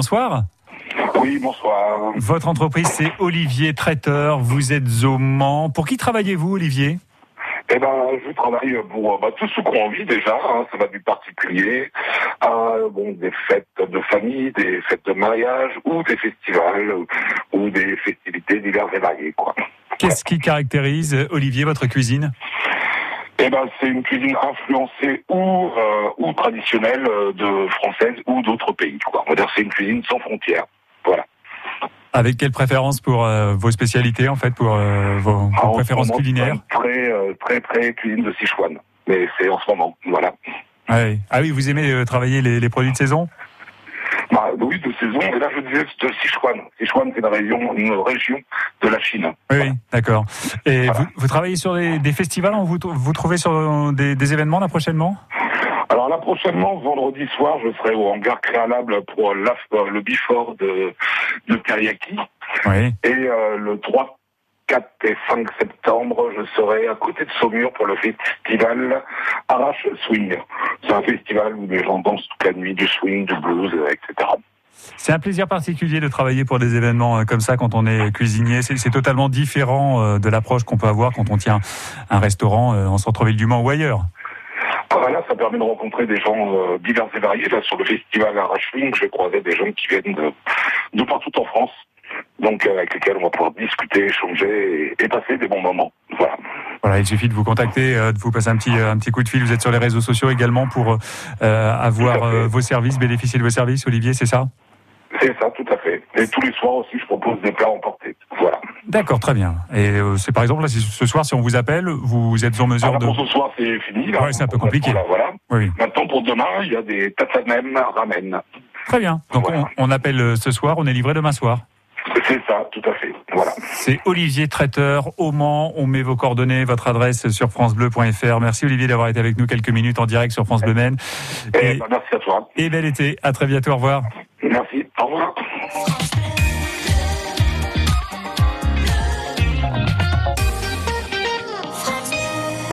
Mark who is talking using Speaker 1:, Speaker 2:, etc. Speaker 1: Bonsoir.
Speaker 2: Oui, bonsoir.
Speaker 1: Votre entreprise, c'est Olivier Traiteur. Vous êtes au Mans. Pour qui travaillez-vous, Olivier
Speaker 2: Eh ben, je travaille pour euh, bah, tous ceux qui ont envie déjà. hein. ça va du particulier à euh, bon des fêtes de famille, des fêtes de mariage ou des festivals ou- ou des festivités diverses et variées. Quoi.
Speaker 1: Qu'est-ce qui caractérise, euh, Olivier, votre cuisine
Speaker 2: Eh ben, c'est une cuisine influencée ou euh, ou traditionnelle euh, de française ou d'autres pays. Quoi. On va dire que c'est une cuisine sans frontières.
Speaker 1: Avec quelle préférence pour euh, vos spécialités, en fait, pour euh, vos, vos
Speaker 2: Ah, en ce
Speaker 1: préférences
Speaker 2: moment,
Speaker 1: culinaires
Speaker 2: Très euh, très très cuisine de Sichuan. Mais c'est en ce moment, voilà.
Speaker 1: Ouais. Ah oui, vous aimez euh, travailler les, les produits de saison
Speaker 2: Bah, oui, de saison. Et là, je disais que c'était Sichuan. Sichuan, c'est une région, une région de la Chine.
Speaker 1: Oui, oui, d'accord. Et
Speaker 2: Voilà.
Speaker 1: vous, vous travaillez sur des, des festivals on vous, tr- vous trouvez sur euh, des, des événements, là, prochainement
Speaker 2: Alors là, prochainement, vendredi soir, je serai au hangar préalable pour la- euh, le Bifort de, de Teriyaki.
Speaker 1: Oui.
Speaker 2: Et euh, le 3, 4 et 5 septembre, je serai à côté de Saumur pour le festival Arrache Swing. C'est un festival où les gens dansent toute la nuit, du swing, du blues, euh, etc.
Speaker 1: C'est un plaisir particulier de travailler pour des événements euh, comme ça quand on est cuisinier. C'est c'est totalement différent euh, de l'approche qu'on peut avoir quand on tient un restaurant euh, en centre-ville du Mans ou ailleurs.
Speaker 2: Ah, Voilà, ça permet de rencontrer des gens euh, divers et variés. Là, sur le festival à Rachling, je croisais des gens qui viennent de, de partout en France, donc euh, avec lesquels on va pouvoir discuter, échanger et, et passer des bons moments. Voilà.
Speaker 1: Voilà, il suffit de vous contacter, euh, de vous passer un petit, euh, un petit coup de fil. Vous êtes sur les réseaux sociaux également pour euh, avoir
Speaker 2: Tout à fait.
Speaker 1: euh, vos services, bénéficier de vos services, Olivier, c'est ça
Speaker 2: C'est ça, tout à fait. Et tous les soirs aussi, je propose des plats emportés. Voilà.
Speaker 1: D'accord, très bien. Et euh, c'est par exemple, là, si- ce soir, si on vous appelle, vous êtes en mesure
Speaker 2: Alors
Speaker 1: de...
Speaker 2: pour ce soir, c'est fini. Là.
Speaker 1: Ouais, c'est un peu compliqué.
Speaker 2: Voilà, voilà.
Speaker 1: Oui, oui.
Speaker 2: Maintenant, pour demain, il y a des tatanem ramen.
Speaker 1: Très bien. Donc on,
Speaker 2: Voilà.
Speaker 1: on appelle euh, ce soir, on est livré demain soir.
Speaker 2: C'est ça, tout à fait. Voilà.
Speaker 1: C'est Olivier Traiteur, au Mans. On met vos coordonnées, votre adresse sur FranceBleu.fr. Merci Olivier d'avoir été avec nous quelques minutes en direct sur France Bleu Maine.
Speaker 2: Et,
Speaker 1: Et,
Speaker 2: bah, merci à toi.
Speaker 1: et bel été. À très bientôt. Au revoir.
Speaker 2: Merci. Au revoir.
Speaker 3: France Bleu.